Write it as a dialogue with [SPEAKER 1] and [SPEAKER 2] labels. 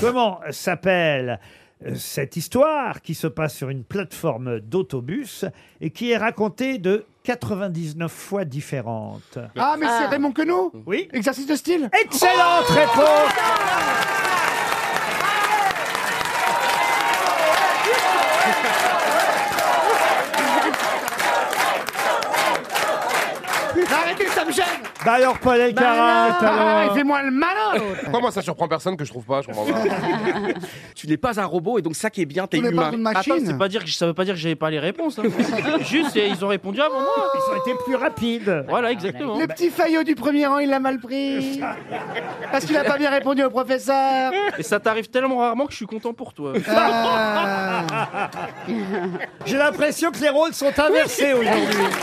[SPEAKER 1] Comment s'appelle euh, cette histoire qui se passe sur une plateforme d'autobus et qui est racontée de 99 fois différentes
[SPEAKER 2] Ah, mais c'est Raymond Queneau
[SPEAKER 1] Oui.
[SPEAKER 2] Exercice de style
[SPEAKER 1] Excellente réponse
[SPEAKER 2] Arrêtez, ça me gêne
[SPEAKER 1] Bah alors, Paul Elkarat,
[SPEAKER 2] Ah,
[SPEAKER 1] alors.
[SPEAKER 2] Fais-moi le malin
[SPEAKER 3] Pourquoi moi ça surprend personne que je trouve pas, je comprends pas.
[SPEAKER 4] Tu n'es pas un robot et donc ça qui est bien, t'es
[SPEAKER 2] On n'est pas
[SPEAKER 4] humain.
[SPEAKER 2] une
[SPEAKER 5] Attends, c'est
[SPEAKER 2] machine
[SPEAKER 5] pas dire que ça veut pas dire que j'avais pas les réponses. hein. Juste, ils ont répondu avant moi.
[SPEAKER 1] Ils ont été plus rapides.
[SPEAKER 5] Voilà, exactement.
[SPEAKER 2] Le petit faillot du premier rang, il l'a mal pris Parce qu'il a pas bien répondu au professeur
[SPEAKER 5] Et ça t'arrive tellement rarement que je suis content pour toi.
[SPEAKER 2] Ah.
[SPEAKER 1] J'ai l'impression que les rôles sont inversés aujourd'hui.